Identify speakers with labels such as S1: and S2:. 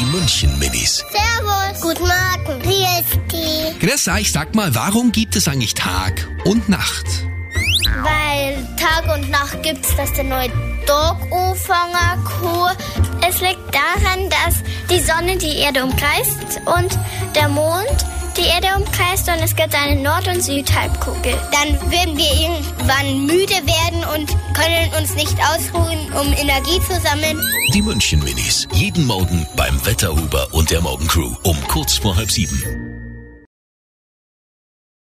S1: München Minis.
S2: Servus. Guten Morgen. Wie ist die?
S1: Grüß euch, sag mal, warum gibt es eigentlich Tag und Nacht?
S2: Weil Tag und Nacht gibt es das der neue Dogufangerkuh. Es liegt daran, dass die Sonne die Erde umkreist und der Mond die Erde umkreist und es gibt eine Nord- und Südhalbkugel. Dann würden wir irgendwann müde werden und können uns nicht ausruhen, um Energie zu sammeln.
S3: Die München Minis. Jeden Morgen beim Wetterhuber und der Morgencrew um kurz vor halb sieben.